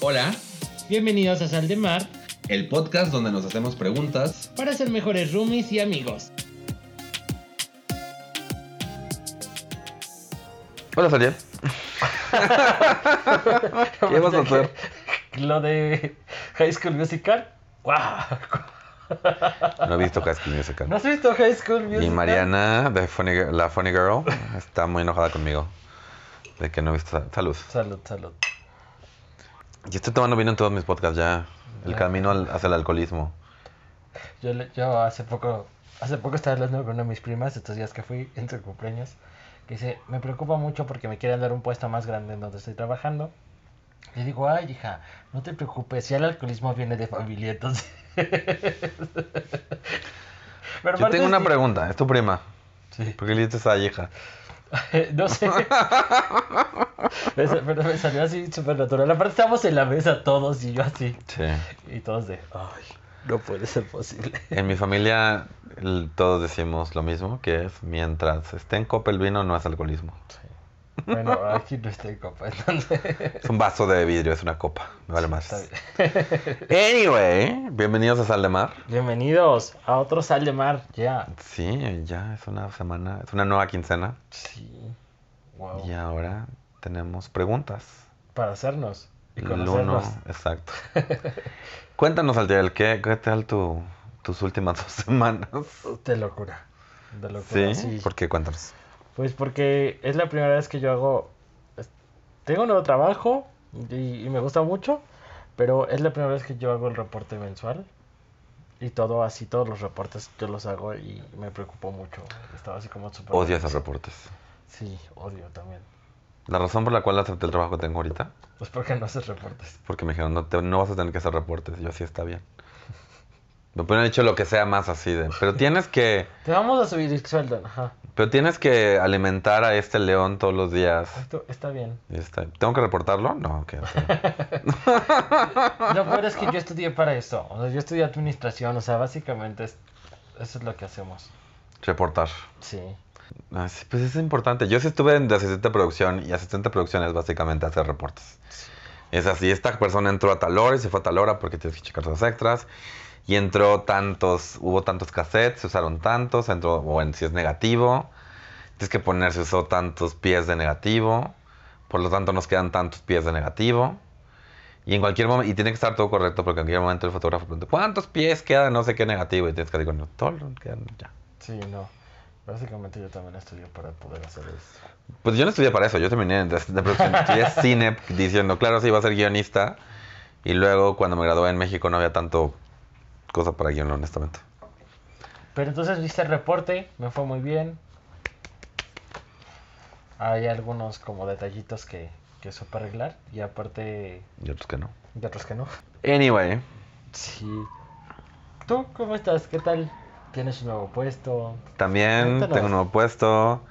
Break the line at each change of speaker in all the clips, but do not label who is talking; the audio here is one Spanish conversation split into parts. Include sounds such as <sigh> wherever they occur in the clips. Hola,
Bienvenidos a Sal de Mar
el podcast donde nos hacemos preguntas.
para ser mejores roomies y amigos.
Hola,
<laughs>
Salia. ¿Qué vas a hacer?
Lo de High School Musical. ¡Guau!
No he visto High School Musical.
¿No has visto High School Musical?
Y Mariana, de Funny Girl- la Funny Girl, está muy enojada conmigo de que no he visto. Salud.
Salud, salud.
Yo estoy tomando vino en todos mis podcasts ya. El
Ya.
camino al- hacia el alcoholismo.
Yo, le- yo hace poco hace poco estaba hablando con una de mis primas, estos días que fui en su cumpleaños, que dice, me preocupa mucho porque me quieren dar un puesto más grande en donde estoy trabajando. Le digo, ay, hija, no te preocupes, ya el alcoholismo viene de familia, entonces... <laughs> Pero
Yo
aparte
tengo una
sí-
pregunta. Es tu prima.
Sí.
¿Por qué le dices a hija?
<laughs>
<laughs>
no sé. Pero- pero me salió así súper natural. Aparte estábamos en la mesa todos y yo así.
Sí.
Y todos de, ay, no puede ser posible.
En mi familia el- todos decimos lo mismo, que es mientras esté en copa el vino no es alcoholismo.
<laughs> Bueno, aquí no estoy copa, entonces.
Es un vaso de vidrio, es una copa. Me vale más.
está bien.
Anyway, bienvenidos a Sal de Mar.
Bienvenidos a otro sal de mar. Ya.
Sí, ya es una semana, es una nueva quincena
Sí. Wow.
y ahora tenemos preguntas.
Para hacernos y
El
conocernos.
uno, exacto. Cuéntanos, Altiel, ¿qué, qué tal tu- tus últimas <laughs> dos semanas?
De locura. De
Sí,
locura. sí.
¿por qué? Cuéntanos.
Pues porque es la primera vez que yo hago. es- Tengo un nuevo trabajo y, y me gusta mucho, pero es la primera vez que yo hago el reporte mensual. Y todo así, todos los reportes yo los hago y me preocupó mucho. Estaba así como súper.
Odio esos
nervioso.
reportes.
Sí, odio también.
La razón por la cual acepté el trabajo que tengo ahorita,
Pues porque no haces reportes.
porque me dijeron, no, te- no vas a tener que hacer reportes. Y yo, sí, está bien. <laughs> Me hubieran dicho lo que sea más así de, pero tienes que...
Te vamos a subir el sueldo. Ajá.
Pero tienes que alimentar a este león todos los días.
Esto está bien.
Y está- ¿Tengo que reportarlo? No, que
Lo peor es que yo estudié para esto. O sea, yo estudié administración. O sea, básicamente es- eso es lo que hacemos.
reportar.
Sí.
Ah, sí, pues es importante. Yo sí estuve en de asistente de producción y asistente de producción es básicamente hacer reportes. Es así, esta persona entró a tal hora y se fue a tal hora porque tienes que checar sus extras. Y entró tantos, hubo tantos cassettes, se usaron tantos, entró, o en si es negativo, tienes que poner, se usó tantos pies de negativo, por lo tanto nos quedan tantos pies de negativo. Y en cualquier momento, y tiene que estar todo correcto porque en cualquier momento el fotógrafo pregunta, ¿cuántos pies quedan? No sé qué negativo. Y tienes que decir, no, todos quedan ya.
Sí, no. Básicamente yo también estudié para poder hacer esto.
Pues yo no estudié para eso, yo terminé de, <laughs> de producción, estudié cine diciendo, claro, sí, iba a ser guionista. Y luego cuando me gradué en México no había tanto cosa para guion, honestamente.
Pero entonces viste el reporte, me fue muy bien. Hay algunos como detallitos que, que supe arreglar y aparte
Y otros que no.
y otros que no.
Anyway,
Sí. ¿Tú cómo estás? ¿Qué tal? ¿Tienes un nuevo puesto?
también
Cuéntanos.
tengo un nuevo puesto.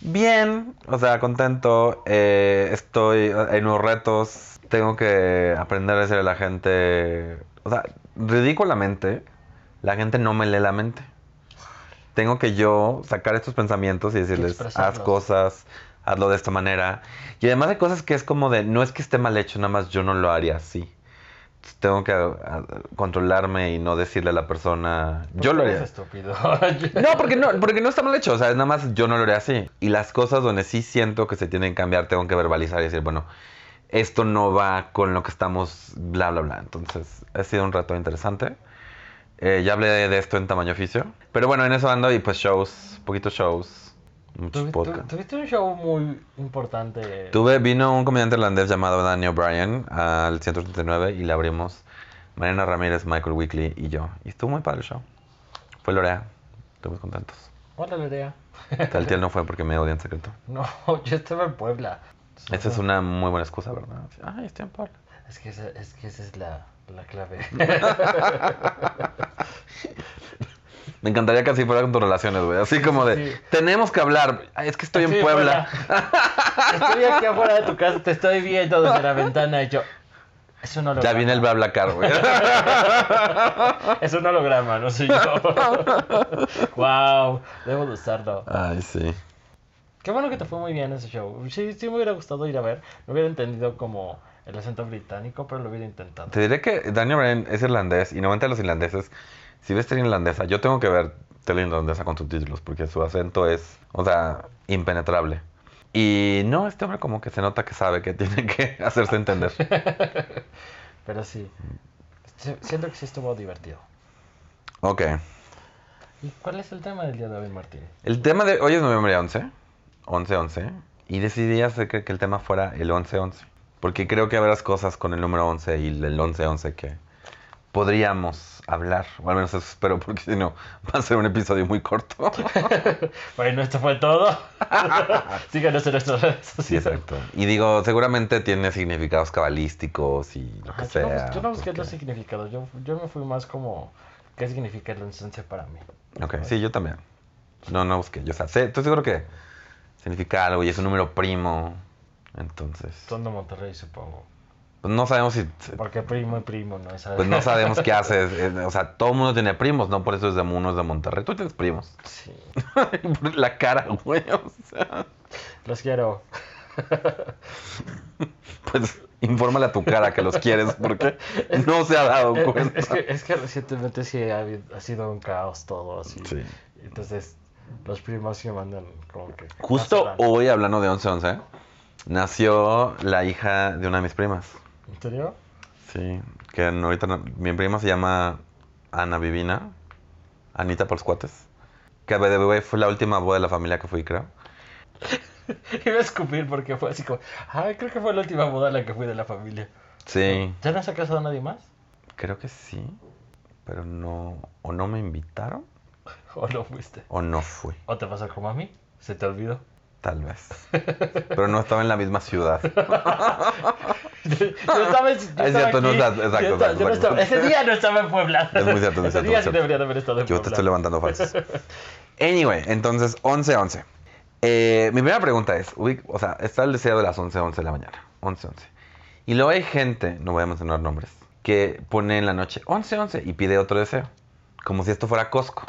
Bien, o sea, contento. eh, estoy en nuevos retos. Tengo que aprender a decirle a la gente. O sea, ridículamente, la gente no me lee la mente. Tengo que yo sacar estos pensamientos y decirles, haz
expresarlos.
cosas, hazlo de esta manera. Y además hay cosas que es como de, no es que esté mal hecho, nada más yo no lo haría así. Entonces, tengo que a- a- controlarme y no decirle a la persona,
¿Por
yo
qué
lo
eres
haría.
estúpido. <laughs>
No, porque no, porque no está mal hecho, o sea, nada más yo no lo haré así. Y las cosas donde sí siento que se tienen que cambiar, tengo que verbalizar y decir, bueno, esto no va con lo que estamos, bla, bla, bla. Entonces, ha sido un rato interesante. Eh, ya hablé de, de esto en tamaño oficio. Pero bueno, en eso ando y pues shows, poquitos shows, muchos
Tuvi- tu-
podcasts.
Tuviste un show muy importante.
Tuve, vino un comediante irlandés llamado Danny O'Brien al 139 y le abrimos Mariana Ramírez, Michael Weekly y yo. Y estuvo muy padre el show. Fue Lorea. Estuvimos contentos.
Hola, Lorea.
Tal tío no fue porque me odia en secreto.
<laughs> No, yo estaba en Puebla.
Esa es una muy buena excusa, ¿verdad? Ay, estoy en Puebla.
Es que esa es, que esa es la,
<laughs>
la clave.
Me encantaría que así fuera con tus relaciones, güey. Así como de,
Sí.
tenemos que hablar. Ay, es que estoy
<laughs> Sí,
en Puebla.
<laughs> Estoy aquí afuera de tu casa, te estoy viendo desde la ventana y yo. Es un holograma.
Ya viene el BlaBlaCar, <laughs> güey.
Es un holograma, no soy yo.
<laughs>
<laughs> wow, debo de usarlo.
Ay, sí.
Qué bueno que te fue muy bien ese show. Sí, sí me hubiera gustado ir a ver. No hubiera entendido como el acento británico, pero lo hubiera intentado.
Te diré que Daniel Bryan es irlandés y 90 de los irlandeses, si ves tele irlandesa, yo tengo que ver tele irlandesa con subtítulos porque su acento es, o sea, impenetrable. Y no, este hombre como que se nota que sabe que <laughs> tiene que hacerse entender.
<laughs> Pero sí, se- siento que sí estuvo divertido.
Ok.
¿Y cuál es el tema del día de hoy, Martín?
El tema de hoy es noviembre 11, 11-11, y decidí hacer que, que el tema fuera el 11-11, porque creo que habrá cosas con el número 11 y el 11-11 que podríamos hablar, o al menos eso espero, porque si no va a ser un episodio muy
<laughs>
corto.
Bueno, esto
<laughs>
fue todo. Síganos en nuestras redes sociales.
Sí, exacto. Y digo, seguramente tiene significados cabalísticos y lo que
Ajá, Ah, yo, no,
sea.
bus- yo no busqué
porque-
los significados, yo, yo me fui más como qué significa el 11 para mí.
Ok, sí, yo también. No, no busqué. Yo, o sea, sé, estoy seguro que significa algo y es un número primo. Entonces,
Son de Monterrey, supongo.
pues no sabemos si...
Porque primo y primo no es algo.
Pues no sabemos qué haces. eh, O sea, todo el mundo tiene primos, ¿no? Por eso es de uno es de Monterrey. Tú tienes primos. <laughs>
Sí.
Por La cara, güey. O sea,
Los quiero.
pues infórmale a tu cara que los quieres porque no se ha dado
Eh, Es,
cuenta.
es que, es que recientemente sí ha, habido- ha sido un caos todo así.
Sí.
Entonces, los primos se mandan como que.
Justo
cancelan.
hoy, hablando de 11-11, nació la hija de una de mis primas.
¿En serio? <laughs>
Sí, que no- ahorita no- mi prima se llama Ana Vivina, Anita por los cuates. Que by the way, fue la última boda de la familia que fui, creo.
Iba a escupir porque fue así como. Ay, creo que fue la última boda a la que fui de la familia.
Sí,
¿Ya no se ha casado nadie más?
creo que sí, pero no, o no me invitaron
¿O no fuiste?
o no fui,
¿O te pasó como a mí? ¿Se te olvidó? <laughs>
tal vez. Pero no estaba en la misma ciudad.
Yo estaba, en- yo estaba
cierto, no
aquí,
estás- exacto,
yo estaba- yo no
exacto,
estaba-
exacto.
ese día no estaba en Puebla.
Es muy cierto, es muy
<laughs> Ese
cierto,
día
es cierto.
sí debería de haber estado en
Yo te
Puebla.
estoy levantando falsos. Anyway, entonces, 11-11. Eh, mi primera pregunta es, ubic- o sea, está el deseo de las 11-11 de la mañana. 11-11. Y luego hay gente, no voy a mencionar nombres, que pone en la noche 11-11 y pide otro deseo. Como si esto fuera Costco.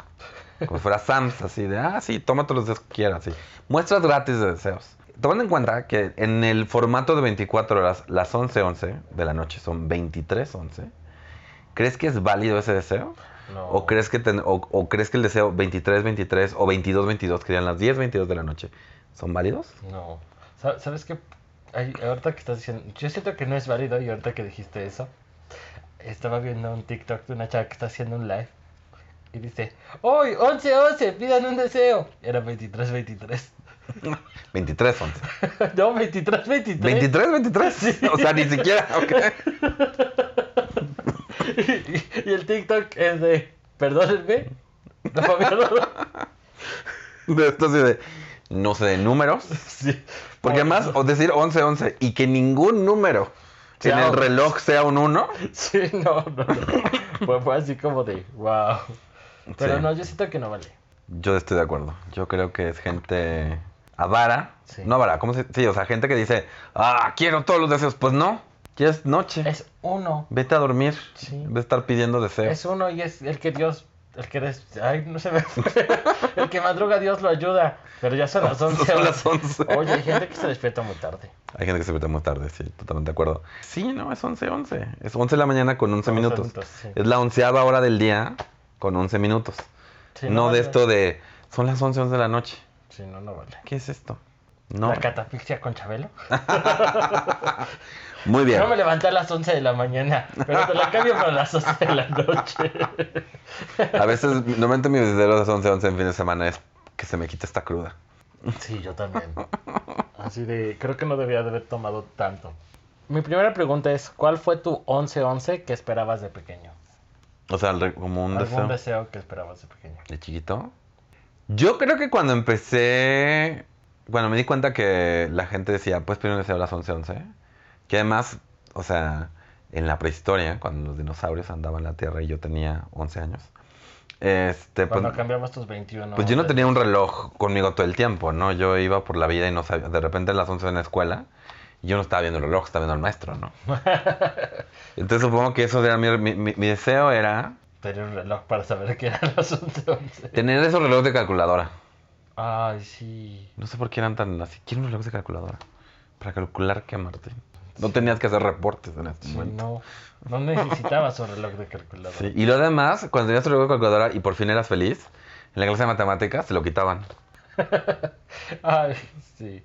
Como si fuera Sam's, así de, ah, sí, tómate los deseos que quieras. sí. Muestras gratis de deseos. Tomando en cuenta que en el formato de 24 horas, las 11-11 de la noche son 23-11. ¿Crees que es válido ese deseo?
<laughs> No.
¿O crees, que ten- o, o crees que el deseo 23-23 o 22-22, que eran las 10-22 de la noche, son válidos?
No. Sa- ¿Sabes qué? Ay, ahorita que estás diciendo. Yo siento que no es válido y ahorita que dijiste eso. Estaba viendo un TikTok de una chava que está haciendo un live. Y dice: ¡Hoy! ¡11-11! ¡Pidan un deseo! Era 23-23.
23 11
<laughs> No, 23-23.
23-23. O sea, ni siquiera. ok.
<laughs> y, y el TikTok es de. Perdónenme. No, <laughs> no.
De esto así de, no sé de números.
Sí.
Porque además, o decir 11-11 y que ningún número en
Sea
el
un-
reloj sea un 1.
Sí, no, no, no. Fue, fue así como de, wow. Pero
Sí.
no, yo siento que no vale.
Yo estoy de acuerdo. Yo creo que es gente avara.
Sí.
No avara, ¿cómo se Sí, o sea, gente que dice, ah, quiero todos los deseos. Pues no, ya es noche.
Es uno.
Vete a dormir.
Sí.
Ve a estar pidiendo deseos.
Es uno y es el que Dios, el que des- ay, no se me fue. <laughs> El que madruga Dios lo ayuda. Pero ya son las
<laughs>
11.
Son las 11.
Oye, hay gente que se despierta muy
<laughs>
tarde.
Hay gente que se despierta muy tarde, sí, totalmente de acuerdo. Sí, no, es 11-11. Es 11 de la mañana con 11
11
minutos.
minutos, sí.
Es la onceava hora del día con 11 minutos.
Sí,
no de
vale.
esto de, son las 11, 11 de la noche.
Sí, no, no vale.
¿Qué es esto? No.
La catafixia
<laughs>
con Chabelo.
Muy bien.
No me levanté a las 11 de la mañana, pero te la cambio para las 11 de la
<laughs>
noche.
A veces, normalmente mi deseo de las 11, 11 en fin de semana es que se me quita esta cruda.
Sí, yo también. Así de, creo que no debía de haber tomado tanto. Mi primera pregunta es, ¿cuál fue tu 11-11 que esperabas de pequeño?
O sea, re- como un
¿Algún
deseo.
deseo que esperabas de pequeño?
¿De chiquito? Yo creo que cuando empecé, bueno, me di cuenta que la gente decía, pues primero deseo las 11, 11. Que además, o sea, en la prehistoria, cuando los dinosaurios andaban en la Tierra y yo tenía 11 años, este, pues,
Cuando cambiamos tus 21.
pues yo no
de-
tenía un reloj conmigo todo el tiempo, ¿no? Yo iba por la vida y no sabía, de repente a las 11 en la escuela, y yo no estaba viendo el reloj, estaba viendo al maestro,
<laughs>
¿no? Entonces supongo que eso era mi, mi- mi- mi deseo era
Tenía un reloj para saber que eran las 11-11.
tener esos relojes de calculadora.
<laughs> Ay, sí.
No sé por qué eran tan así. Quiero unos relojes de calculadora. Para calcular qué, Martín. No tenías que hacer reportes en este
Sí,
momento.
Pues no, no necesitaba su reloj de calculadora.
Sí, Y lo demás, cuando tenías tu reloj de calculadora y por fin eras feliz, en la clase de matemáticas te lo quitaban.
Ay, sí.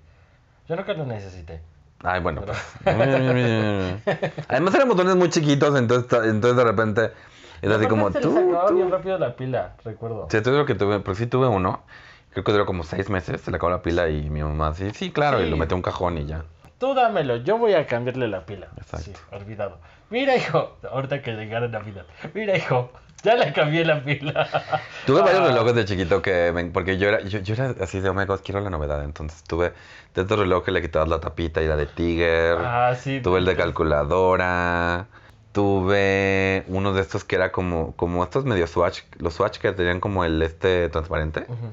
Yo nunca lo necesité.
Ay, bueno.
<laughs>
pues. Además eran botones muy chiquitos, entonces, ta- entonces de repente es así
Aparte
como
se
tú.
les acababa
tú.
bien rápido la pila, recuerdo.
Sí, tuve lo que tuve, pero sí tuve uno. Creo que duró como seis meses, se le acabó la pila y mi mamá sí, sí, claro, y
Sí.
lo metió a un cajón y ya.
Tú dámelo, yo voy a cambiarle la pila.
Exacto.
Sí, olvidado. Mira, hijo, ahorita que llegara Navidad. Mira, hijo, ya le cambié la pila.
Tuve varios
Ah,
relojes de chiquito que, me- porque yo era, yo, yo era así de, oh my God, quiero la novedad, entonces tuve de estos relojes que le quitabas la tapita y la de Tiger.
Ah, sí.
Tuve el de calculadora. Tuve uno de estos que era como, como estos medio swatch. Los swatch que tenían como el este transparente.
Ujú.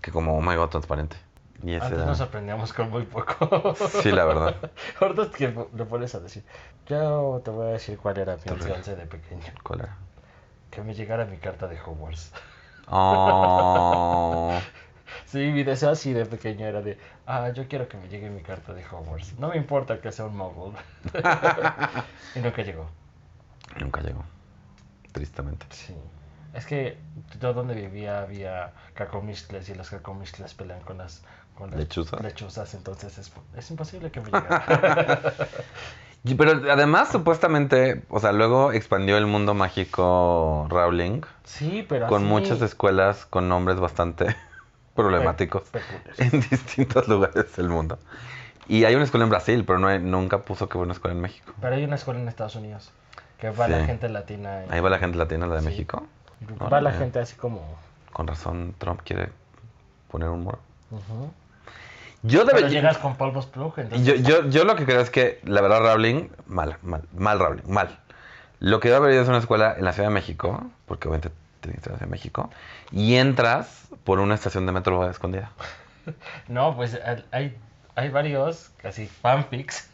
Que como, oh my god, transparente. Y ese
Antes
era-
nos aprendíamos con muy poco.
Sí, la verdad.
<laughs> Ahorita es que lo pones a decir. Yo te voy a decir cuál era mi
Te lo-
once de pequeño.
¿Cuál era?
Que me llegara mi carta de Hogwarts. <laughs>
Oh. <laughs>
Sí, mi deseo así de pequeño era de, ah, yo quiero que me llegue mi carta de Hogwarts. No me importa que sea un
<laughs>
mogul. y nunca llegó.
Nunca llegó. Tristemente.
Sí. Es que yo donde vivía había cacomistles y los cacomistles pelean con las, con las
¿Lechuzas?
lechuzas, entonces es, es imposible que me
<laughs>
llegara.
Y- Pero además, supuestamente, o sea, luego expandió el mundo mágico Rowling
sí, pero
con
así-
muchas escuelas con nombres bastante <laughs> problemáticos.
Pe- peculiares.
en distintos <laughs> lugares del mundo. Y hay una escuela en Brasil, pero no hay- nunca puso que hubo una escuela en México.
Pero hay una escuela en Estados Unidos que va la
Sí.
gente latina. y-
Ahí va la gente latina, la de
Sí.
México.
va la
Órale.
gente así como...
Con razón, Trump quiere poner un muro.
ujú.
Yo,
Pero
debe-
llegas con polvos plug, entonces...
yo, yo, yo lo que creo es que, la verdad, Rowling, mal, mal, mal Rowling, mal. Lo que debe haber ido es una escuela en la Ciudad de México, porque obviamente tienes que ir a la Ciudad de México, y entras por una estación de metro escondida.
No, pues al- hay, hay varios, casi fanfics,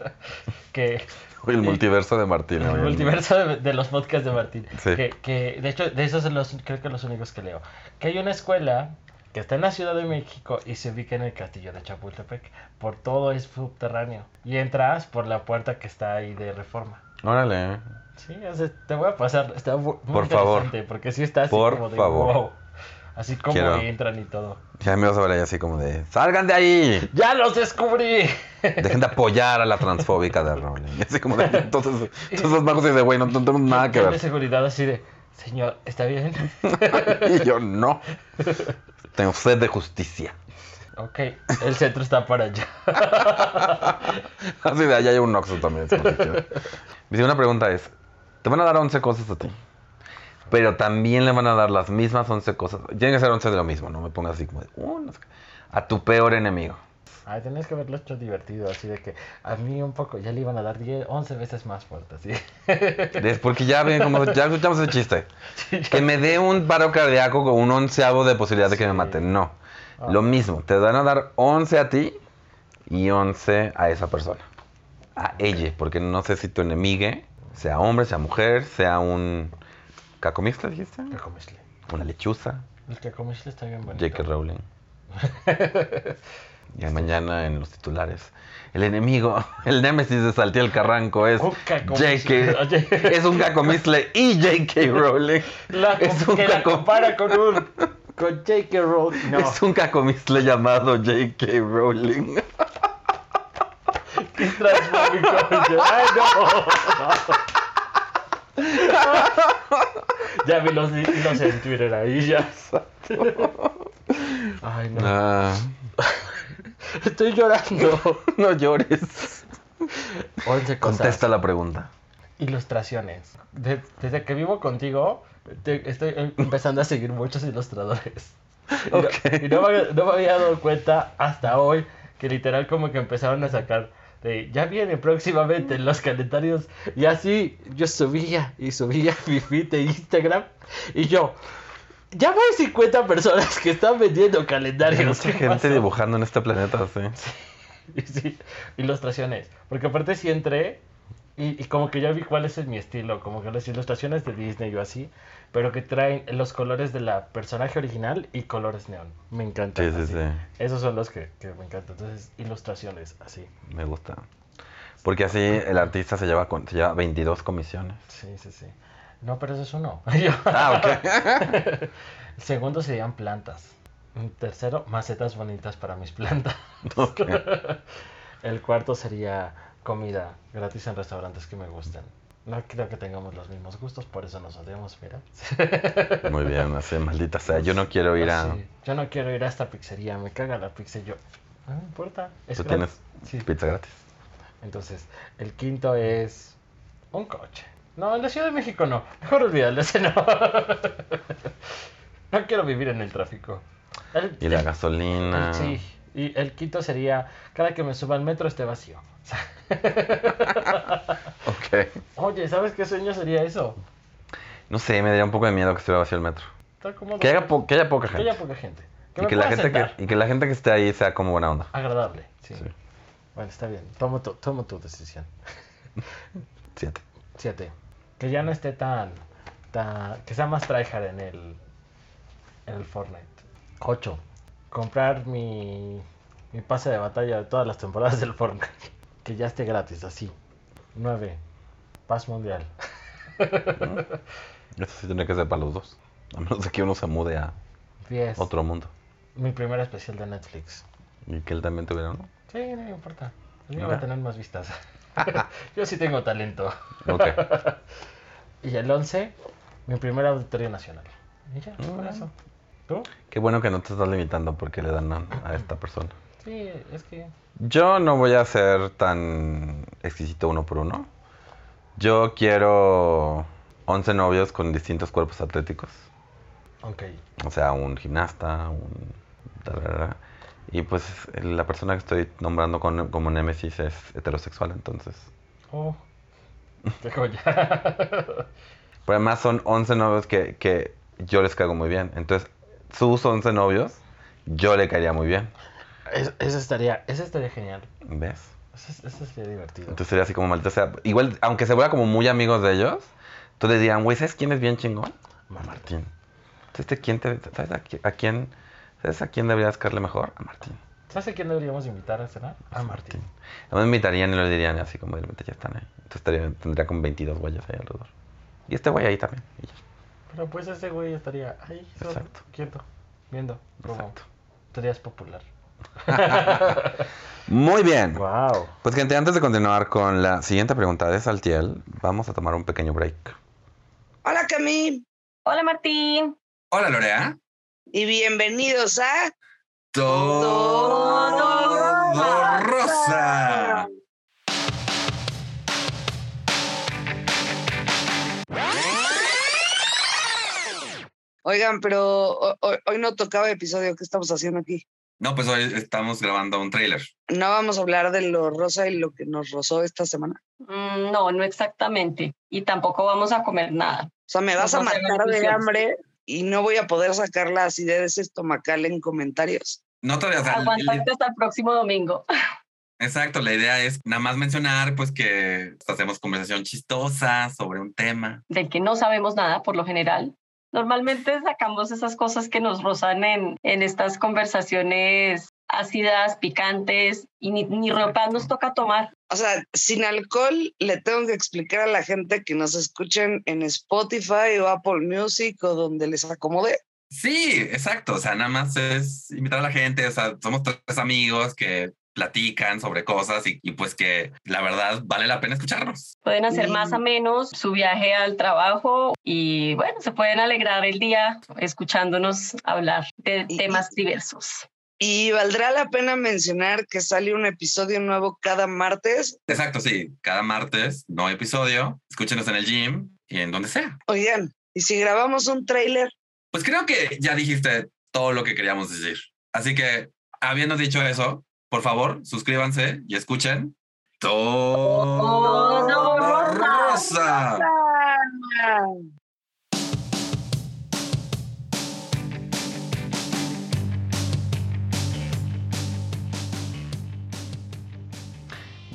<laughs> que...
<laughs> El multiverso de Martín.
El
obviamente.
multiverso de, de los podcasts de Martín.
Sí.
Que, que, de hecho, de esos son los, creo que los únicos que leo. Que hay una escuela que está en la Ciudad de México y se ubica en el castillo de Chapultepec. Por todo es subterráneo. Y entras por la puerta que está ahí de reforma.
Órale.
Sí, o sea, te voy a pasar. Está mu- muy
Por favor.
interesante, Porque sí está así
Por
como de
favor.
wow. Así como
Quiero-
entran y todo.
Ya me vas a ver ahí así como de, ¡salgan de ahí!
¡Ya los descubrí! <laughs>
Dejen de apoyar a la transfóbica de Rowling. Así como de, entonces, entonces los magos dicen, güey, no, no tenemos nada que
Yo de
ver.
seguridad así de, señor, ¿está
<laughs>
bien?
Y yo, no. Tengo sed de justicia.
ok, el centro está para allá. <laughs>
Así de allá hay un Oxxo también. si lo quieren. Mi segunda pregunta es, te van a dar 11 cosas a ti, pero también le van a dar las mismas 11 cosas. Tienen que ser 11 de lo mismo, no me pongas así como de, "Uh, no sé qué". a tu peor enemigo.
Ay, tenías que haberlo hecho divertido, así de que a mí un poco, ya le iban a dar 10, 11 veces más fuerte, <laughs> ¿sí?
Es porque ya ven como, ya escuchamos el chiste. Que me dé un paro cardíaco con un onceavo de posibilidad de que me
Sí.
maten. No.
Ah.
Lo mismo. Te van a dar 11 a ti y 11 a esa persona. A ella. Porque no sé si tu enemigue, sea hombre, sea mujer, sea un cacomixle, dijiste.
Cacomisle.
Una lechuza.
El cacomisle está bien bonito.
J.K.
<laughs>
Rowling. y mañana en los titulares. El enemigo, <laughs> el némesis de Saltiel Carranco es
Un cacomisle.
J.K.
Oye.
<laughs> Es un cacomisle y J.K. Rowling.
La,
es un
que la
caco-
compara con un, con
<laughs>
J.K. Rowling, <laughs> no,
Es un cacomisle llamado J.K. Rowling.
es transfóbico, oye, ay, no. ya vi los hilos en Twitter ahí, ya. Ay, no.
Ah,
<laughs> Estoy llorando.
<laughs> no llores.
11 cosas.
Contesta la pregunta.
Ilustraciones. De- desde que vivo contigo, te- estoy em- empezando a seguir muchos ilustradores.
<laughs>
Y no-
Ok.
Y no, me, no me había dado cuenta hasta hoy que literal como que empezaron a sacar de ya vienen próximamente los calendarios. Y así yo subía y subía <laughs> mi feed de Instagram y yo... Ya hay 50 personas que están vendiendo
Hay
calendarios.
mucha
¿Qué
gente
pasó?
dibujando en este planeta, sí.
<laughs> Y sí, ilustraciones. Porque aparte sí entré y, y como que ya vi cuál es mi estilo, como que las ilustraciones de Disney o así, pero que traen los colores de la personaje original y colores neón. Me encanta.
Sí, sí, sí.
Esos son los que, que me encantan. Entonces, ilustraciones, así.
Me gusta. Porque así el artista se lleva, con- se lleva 22 comisiones.
Sí, sí, sí. No, pero eso es uno. <laughs> Yo-
Ah, ok.
<laughs> El segundo serían plantas. Un tercero, macetas bonitas para mis plantas.
<laughs> Ok.
<laughs> El cuarto sería comida gratis en restaurantes que me gusten. No creo que tengamos los mismos gustos, por eso nos odiamos, mira.
Muy bien, así, maldita sea. Yo no quiero ir a.
Así, Yo no quiero ir a esta pizzería, me caga la pizza y yo. "Ah, No me importa. es
Tú
gratis".
tienes
Sí.
pizza gratis.
Entonces, el quinto es un coche. No, en la Ciudad de México no. Mejor olvidarle ese no. <laughs> no quiero vivir en el tráfico. El-
Y la
el-
gasolina.
Sí, y el quinto sería, cada que me suba al metro esté vacío. O sea,
Ok.
Oye, ¿sabes qué sueño sería eso?
No sé, me daría un poco de miedo que estuviera vacío el metro.
Está cómodo.
Que haya, po- que haya poca
Que haya
gente.
poca gente. Que
Y
me
que, la
pueda
gente
sentar.
que, y que la gente que esté ahí sea como buena onda.
Agradable, sí.
Sí.
Bueno, está bien. Tomo tu, tomo tu decisión.
Siete.
Siete. Que ya no esté tan... tan que sea más tryhard en el... En el Fortnite. Ocho. Comprar mi... Mi pase de batalla de todas las temporadas del Fortnite. <laughs> Que ya esté gratis, así. Nueve. Paz mundial.
Eso sí tendría que ser para los dos. A menos de que uno se mude a
Diez.
otro mundo.
Mi primer especial de Netflix.
Y que él también tuviera uno.
Sí, no me importa. Yo
Mira.
voy a tener más
<laughs>
vistas. <laughs> Yo sí tengo talento.
Ok.
<laughs> Y el 11, mi primera auditoría nacional. Y ya,
Mm.
por eso. ¿Tú?
Qué bueno que no te estás limitando porque le dan a, a esta persona.
Sí, es que.
Yo no voy a ser tan exquisito uno por uno. Yo quiero 11 novios con distintos cuerpos atléticos.
Ok.
O sea, un gimnasta, un... tarara. Y pues la persona que estoy nombrando con- como némesis es heterosexual, entonces.
Oh. <laughs> Qué joya. <laughs>
Pero además son 11 novios que, que yo les caigo muy bien. Entonces, sus 11 novios, yo le caería muy bien.
Es- eso, estaría, eso estaría genial.
¿Ves?
Eso, es- eso sería divertido.
Entonces sería así como maldita sea. Igual, aunque se vuelva como muy amigos de ellos, entonces dirían, güey, ¿sabes quién es bien chingón? A
Mamarte.
Martín. Entonces, ¿Este quién te, ¿sabes a, qui- a quién? ¿Sabes a quién deberías caerle mejor? A Martín.
¿Sabes a quién deberíamos invitar a cenar? A Martín.
No me invitarían y lo dirían así como de repente ya están ahí. Entonces estaría- tendría como 22 güeyes ahí alrededor. Y este güey ahí también. y ya.
Pero pues ese güey estaría ahí, solo,
Exacto.
quieto, viendo. Como
Exacto.
Teorías popular.
Muy bien.
¡Wow!
Pues gente, antes de continuar con la siguiente pregunta de Saltiel, vamos a tomar un pequeño break.
Hola Camille.
Hola Martín.
Hola, Lorea.
Y bienvenidos a
Todo
rosa.
Oigan, pero ho- ho- hoy no tocaba episodio que estamos haciendo aquí.
No, pues hoy estamos grabando un tráiler.
No vamos a hablar de lo rosa y lo que nos rozó esta semana.
Mm, no, no exactamente. Y tampoco vamos a comer nada.
O sea, me vas a
Nos rozó la
matar de
intuición.
hambre y no voy a poder sacar la acidez estomacal en comentarios.
No todavía, o sea, la-
Aguantarte hasta el próximo domingo. <laughs>
exacto, la idea es nada más mencionar pues que hacemos conversación chistosa sobre un tema.
Del que no sabemos nada por lo general. Normalmente sacamos esas cosas que nos rozan en, en estas conversaciones ácidas, picantes, y ni, ni ropa nos toca tomar.
O sea, sin alcohol le tengo que explicar a la gente que nos escuchen en Spotify o Apple Music o donde les acomode.
Sí, exacto, o sea, nada más es invitar a la gente, o sea, somos tres amigos que platican sobre cosas y, y pues que la verdad vale la pena escucharnos.
Pueden hacer
Mm.
más o menos su viaje al trabajo y bueno, se pueden alegrar el día escuchándonos hablar de
Y-
temas diversos.
Y valdrá la pena mencionar que sale un episodio nuevo cada martes.
Exacto, sí, cada martes, nuevo episodio, escúchenos en el gym y en donde sea.
Oigan, y si grabamos un tráiler,
Pues creo que ya dijiste todo lo que queríamos decir. Así que, habiendo dicho eso, por favor, suscríbanse y escuchen. Todo
Todo
rosa.
Ah.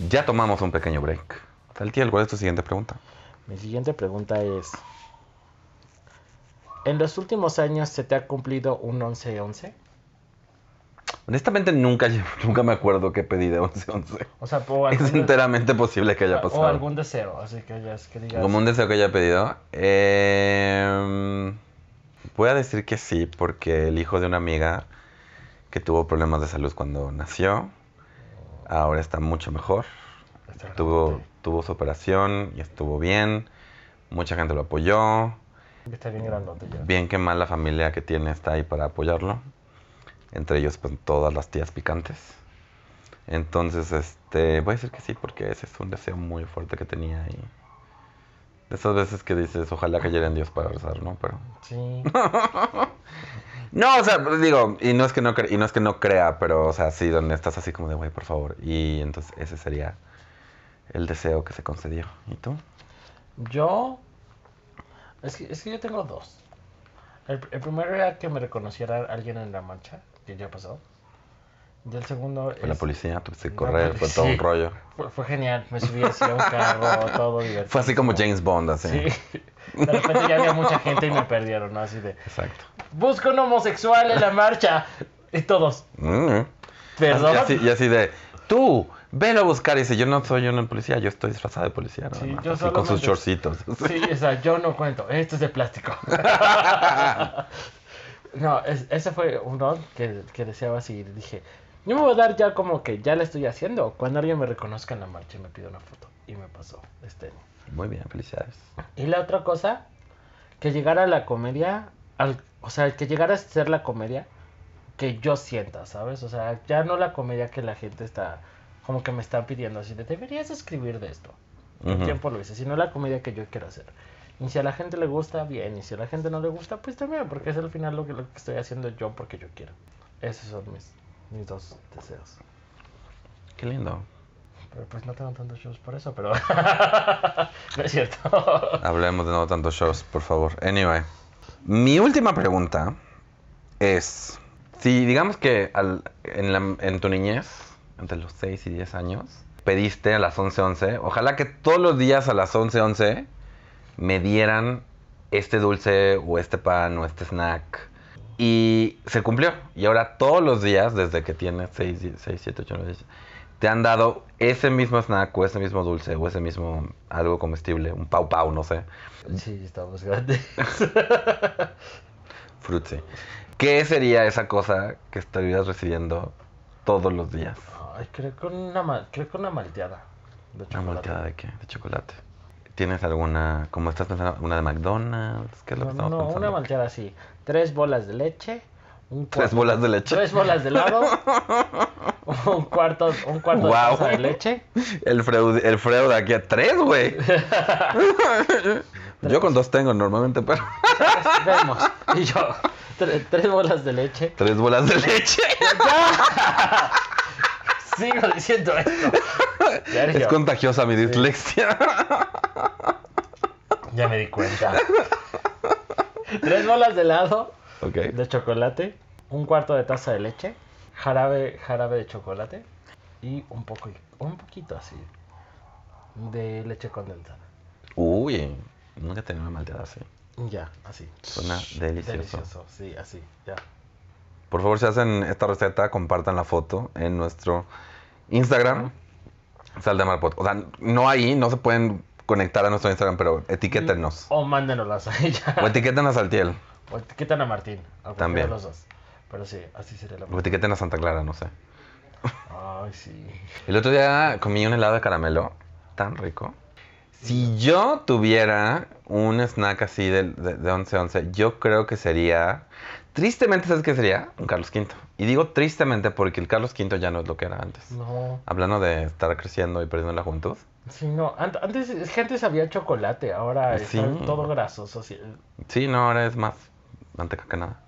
Ya tomamos un pequeño break. Saltiel, ¿cuál es tu siguiente pregunta?
Mi siguiente pregunta es: ¿En los últimos años se te ha cumplido un 11-11?
Honestamente, nunca, <laughs> lle- nunca me acuerdo qué pedí de 11-11.
O sea, o algún,
Es enteramente posible que haya
o-
pasado.
o algún deseo, así que ya es que digas.
Como un deseo que haya pedido. Eh, voy a decir que sí, porque el hijo de una amiga que tuvo problemas de salud cuando nació, ahora está mucho mejor.
Está
Tuvo,
realmente-
tuvo su operación y estuvo bien. Mucha gente lo apoyó.
Está bien grandote ya.
Bien que mal la familia que tiene está ahí para apoyarlo. Entre ellos, pues todas las tías picantes. Entonces, este, voy a decir que sí, porque ese es un deseo muy fuerte que tenía ahí. De esas veces que dices, ojalá cayera en Dios para rezar, ¿no? Pero. <laughs>
Sí.
No, o sea, pues, digo, y no es que no, cre- y no, es que no crea, pero, o sea, sí, donde estás así como de, güey, por favor. Y entonces ese sería el deseo que se concedió. ¿Y tú?
Yo. Es que, es que yo tengo dos. El, el primero era que me reconociera alguien en la marcha, que ya pasó. Y el segundo
Fue la
es-
policía, tuviste que
La
correr, fue todo un
policía.
rollo.
Fue, fue genial, me subí así a un carro, todo divertido.
Fue así como James Bond, así.
Sí. De repente ya había mucha gente y me perdieron, ¿no? Así de.
Exacto.
Busco un homosexual en la marcha. Y todos.
Mm.
Perdón.
Y así, y así de, tú, velo a buscar. Y dice, yo no soy un policía, yo estoy disfrazado de policía. nada
Sí,
más,
yo
así, con sus
solamente-
shortcitos.
<laughs> Sí, o sea, yo no cuento. Esto es
<laughs>
de plástico. no, es- ese fue uno que, que deseaba así. Dije, yo me voy a dar ya como que ya la estoy haciendo. Cuando alguien me reconozca en la marcha y me pida una foto. Y me pasó este año.
Muy bien, felicidades.
Y la otra cosa, que llegara la comedia, al- o sea, que llegara a ser la comedia que yo sienta, ¿sabes? O sea, ya no la comedia que la gente está, como que me están pidiendo así, de deberías escribir de esto. Un
Ujú.
tiempo lo hice, sino la comedia que yo quiero hacer. Y si a la gente le gusta, bien, y si a la gente no le gusta, pues también, porque es al final lo que, lo que estoy haciendo yo porque yo quiero. Esos son mis, mis dos deseos.
Qué lindo.
Pero pues no tengo tantos shows por eso, pero... <laughs> no es cierto.
Hablemos de no tantos shows, por favor. Anyway, mi última pregunta es, si digamos que al- en, la- en tu niñez, entre los 6 y 10 años, pediste a las 11.11, ojalá que todos los días a las 11.11 me dieran este dulce o este pan o este snack. Y se cumplió. Y ahora todos los días, desde que tienes 6, 7, 8, 9, 10, te han dado ese mismo snack o ese mismo dulce o ese mismo algo comestible, un pau pau, no sé,
Sí, estamos grandes. <laughs>
frutzi. ¿Qué sería esa cosa que estuvieras recibiendo todos los días?
Ay, creo que una, mal- creo que una malteada. De
¿Una
chocolate.
volteada de qué? ¿De chocolate? ¿Tienes alguna, como estás pensando, una de McDonald's? ¿Qué es lo que
No,
estamos
no,
pensando?
una malteada así. Tres bolas de leche. Un
¿Tres
cuarto-
bolas de leche?
Tres bolas
<laughs>
de helado. un cuarto, un cuarto de
Guau.
taza de leche.
El Freud, el Freud aquí a tres,
<laughs>
güey. Yo con dos tengo normalmente, pero <laughs>
Vemos. Y yo. tre- tres bolas de leche.
tres bolas de leche.
Sigo
<laughs>
diciendo esto.
Es
Sergio,
contagiosa mi dislexia.
Ya me di cuenta. tres bolas de helado.
Ok.
de chocolate, un cuarto de taza de leche, jarabe, jarabe de chocolate y un poco, un poquito así de leche condensada.
Uy, nunca tenía una malteada así.
Ya, así.
Suena delicioso.
Delicioso, sí, así, ya.
Por favor, si hacen esta receta, compartan la foto en nuestro Instagram. Saldemarpot. O sea, no ahí, no se pueden conectar a nuestro Instagram, pero etiquétenos.
O <laughs> mándenoslas a
O
ella.
etiquétenos al Tiel.
O etiquetan a Martín, a cualquiera
También.
de los dos. Pero sí, así sería la
O etiqueten a Santa Clara, no sé.
Ay, sí.
El otro día comí un helado de caramelo. Tan rico. Si yo tuviera un snack así de, de, de 11-11, yo creo que sería. Tristemente, ¿sabes qué sería? Un Carlos V. Y digo tristemente porque el Carlos V ya no es lo que era antes.
No.
Hablando de estar creciendo y perdiendo la juventud.
Sí, no. Ant- Antes es que antes había chocolate, ahora es
Sí.
todo grasoso. eh, sí.
Sí, no, ahora es más manteca que nada.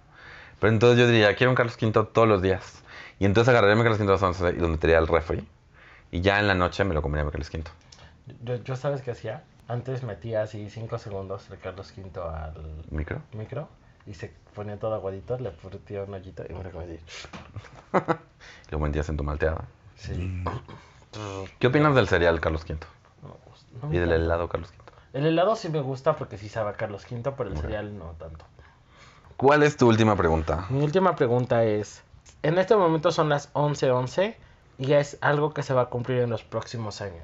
Pero entonces yo diría, quiero un Carlos V todos los días. Y entonces agarraría mi Carlos V a las 11 y lo metería al refri. Y ya en la noche me lo comería mi Carlos V.
Yo, yo sabes qué hacía. Antes metía así 5 segundos de Carlos V al
¿Micro?
micro y se ponía todo aguadito, le ponía un hoyito y me lo comía así.
Lo vendías en tu malteada. Mm.
Sí.
¿Qué opinas del cereal Carlos V?
No me gusta, no me
Y del
encanta.
helado Carlos V.
El helado sí me gusta porque sí sabe a Carlos V, pero el cereal no tanto.
¿Cuál es tu última pregunta?
Mi última pregunta es, en este momento son las 11:11 y ya es algo que se va a cumplir en los próximos años.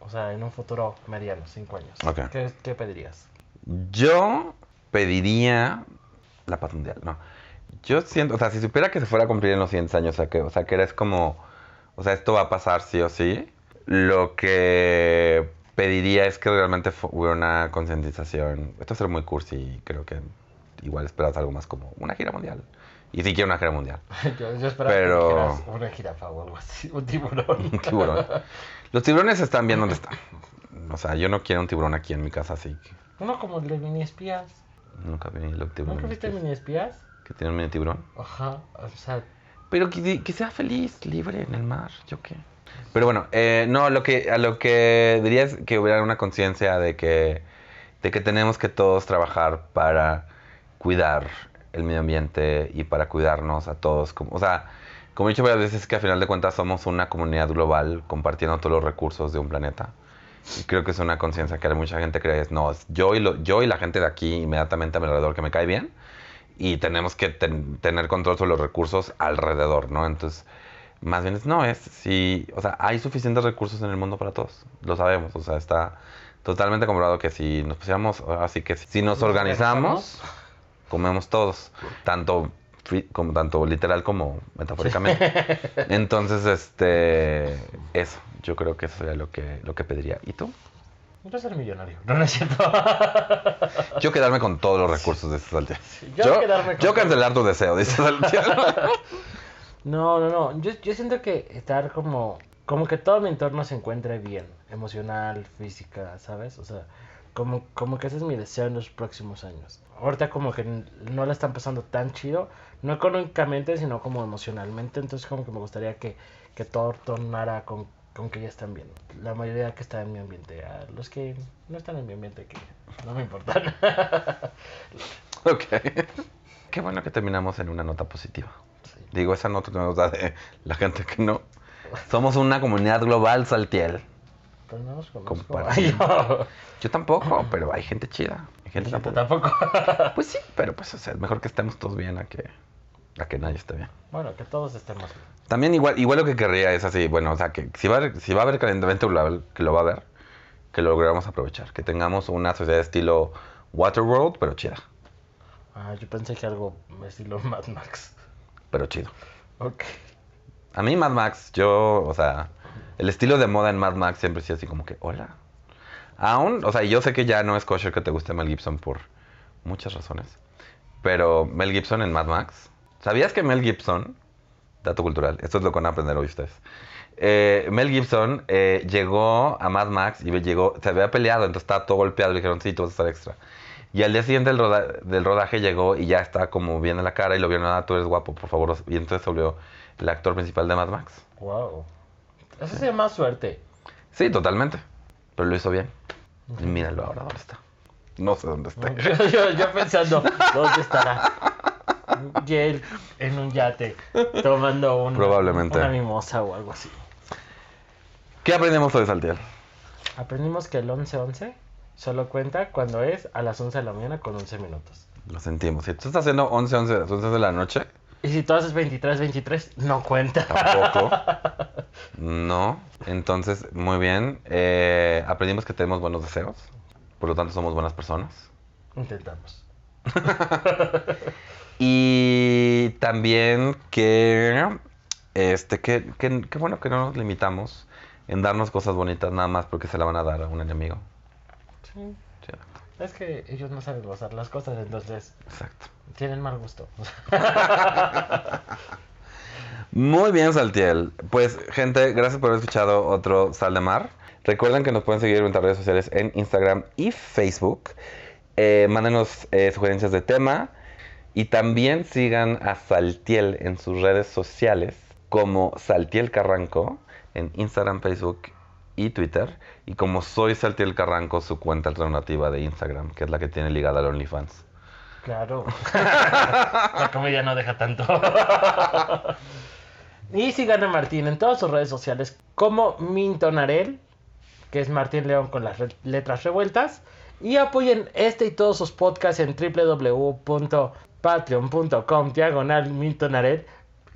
O sea, en un futuro mediano, 5 años.
Ok.
¿Qué, qué pedirías? <laughs>
Yo pediría la paz mundial, no. Yo siento, o sea, si supiera que se fuera a cumplir en los 100 años, o sea, que, o sea, que eres como, o sea, esto va a pasar sí o sí, lo que pediría es que realmente fu- hubiera una concientización. Esto es ser muy cursi y creo que igual esperas algo más como una gira mundial. Y sí quiero una gira mundial. <laughs>
Yo, yo esperaba que
Pero-
dijeras una jirafa o algo así, un tiburón.
Un <laughs> tiburón. Los tiburones están bien donde están. O sea, yo no quiero un tiburón aquí en mi casa, así que
Uno como el de mini espías.
nunca vi los tiburones.
¿Nunca viste mini espías?
¿Que tiene un mini tiburón?
Ajá, o sea,
Pero que, que sea feliz, libre en el mar, yo qué. Pero bueno, eh, no, lo que, a lo que diría es que hubiera una conciencia de que, de que tenemos que todos trabajar para cuidar el medio ambiente y para cuidarnos a todos. Como, o sea, como he dicho varias veces, que a final de cuentas somos una comunidad global compartiendo todos los recursos de un planeta. Y creo que es una conciencia que mucha gente cree es, no, es yo y, lo, yo y la gente de aquí inmediatamente a mi alrededor que me cae bien y tenemos que ten- tener control sobre los recursos alrededor, ¿no? Entonces, más bien es, no, es si, o sea, hay suficientes recursos en el mundo para todos, lo sabemos, o sea, está totalmente comprobado que si nos pusiéramos, así que si nos
Nos
organizamos, comemos todos, tanto, fi- como, tanto literal como metafóricamente.
<laughs>
Entonces, este, eso, yo creo que eso sería lo que, lo que pediría. ¿Y tú?
quiero ser millonario. <laughs> No, no es cierto.
Yo quedarme con todos los recursos de este saltillo.
yo quedarme con
yo
todo.
cancelar tu deseo, dice Saltillo.
No, no, no. Yo, yo siento que estar como. Como que todo mi entorno se encuentre bien. Emocional, física, ¿sabes? O sea, como, como que ese es mi deseo en los próximos años. Ahorita como que n- no la están pasando tan chido. No económicamente, sino como emocionalmente. Entonces como que me gustaría que, que todo tornara con, con que ya están bien. La mayoría que está en mi ambiente. A los que no están en mi ambiente, que no me importan. <laughs>
<laughs> Ok. Qué bueno que terminamos en una nota positiva.
Sí.
Digo, esa nota que nos da de la gente que no. Somos una comunidad global, Saltiel.
Pero no los conozco. <laughs>
Compartir.
Yo-
Yo tampoco, pero hay gente chida. Hay gente
Gente
tampoco.
tampoco.
Pues sí, pero pues o sea, es mejor que estemos todos bien a que, a que nadie esté bien.
bueno, que todos estemos bien.
También igual, igual lo que querría es así, bueno, o sea, que si va a haber, si va a haber calentamiento global, que lo va a haber, que lo logramos aprovechar, que tengamos una sociedad de estilo Waterworld, pero chida,
Ah, yo pensé que algo estilo Mad Max.
pero chido.
Ok.
A mí Mad Max, yo, o sea, el estilo de moda en Mad Max siempre sí así como que, hola. Aún, o sea, yo sé que ya no es kosher que te guste Mel Gibson por muchas razones, pero Mel Gibson en Mad Max. ¿Sabías que Mel Gibson, dato cultural, esto es lo que van a aprender hoy ustedes, eh, Mel Gibson eh, llegó a Mad Max y llegó, se había peleado, entonces estaba todo golpeado, le dijeron, sí, tú vas a estar extra. Y al día siguiente del, roda- del rodaje llegó y ya está como bien en la cara y lo vieron, nada, tú eres guapo, por favor. Y entonces se volvió el actor principal de Mad Max.
Wow. Eso se llama suerte. <laughs>
Sí, totalmente. Pero lo hizo bien. Y míralo ahora, ¿dónde está? No sé dónde está.
Yo, yo- yo pensando, ¿dónde estará? Y él en un yate, tomando un,
Probablemente.
una mimosa o algo así.
¿Qué aprendemos hoy, Saltiel?
Aprendimos que el 11-11 solo cuenta cuando es a las 11 de la mañana con 11 minutos.
Lo sentimos. Si tú estás haciendo 11, 11, las 11 de la noche,
Y si tú haces 23-23, no
Ah. <laughs>
cuenta.
tampoco. No. Entonces, muy bien. Eh, aprendimos que tenemos buenos deseos. Por lo tanto, somos buenas personas.
Intentamos.
Y también que, este, que, que- que bueno que no nos limitamos en darnos cosas bonitas nada más porque se la van a dar a un enemigo.
Sí.
Sí,
Es que ellos no saben gozar las cosas, entonces
exacto.
tienen mal gusto.
Muy bien, Saltiel. Pues, gente, gracias por haber escuchado otro Sal de Mar. Recuerden que nos pueden seguir en nuestras redes sociales en Instagram y Facebook. Eh, mándenos eh, sugerencias de tema. Y también sigan a Saltiel en sus redes sociales como Saltiel Carranco en Instagram, Facebook y Twitter. Y como soy Saltiel Carranco, su cuenta alternativa de Instagram, que es la que tiene ligada al OnlyFans.
<laughs> Claro. La comedia no deja tanto. <laughs> y sigan a Martín en todas sus redes sociales como Mintonarel, que es Martín León con las re- letras revueltas. Y apoyen este y todos sus podcasts en www.patreon.com diagonal Mintonarel.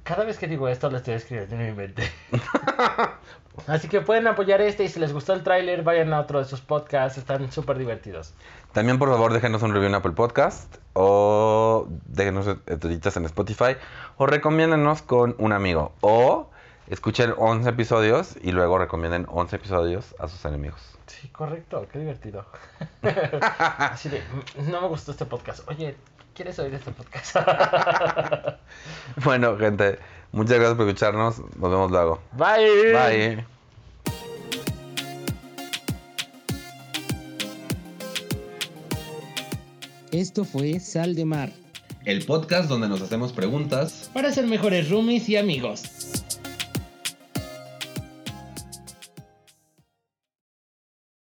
Cada vez que digo esto lo estoy escribiendo en mi <laughs> mente. Así que pueden apoyar este y si les gustó el tráiler vayan a otro de sus podcasts, están súper divertidos.
También, por favor, déjenos un review en Apple Podcast o déjenos estrellitas en Spotify o recomiéndenos con un amigo o escuchen 11 episodios y luego recomienden 11 episodios a sus enemigos. <laughs>
Sí, correcto, qué divertido. Así de, "Mm, no me gustó este podcast. Oye, ¿quieres oír este podcast?
Bueno, gente, muchas gracias por escucharnos. Nos vemos luego.
Bye.
Bye.
Esto fue Sal de Mar,
El podcast donde nos hacemos preguntas
para ser mejores roomies y amigos.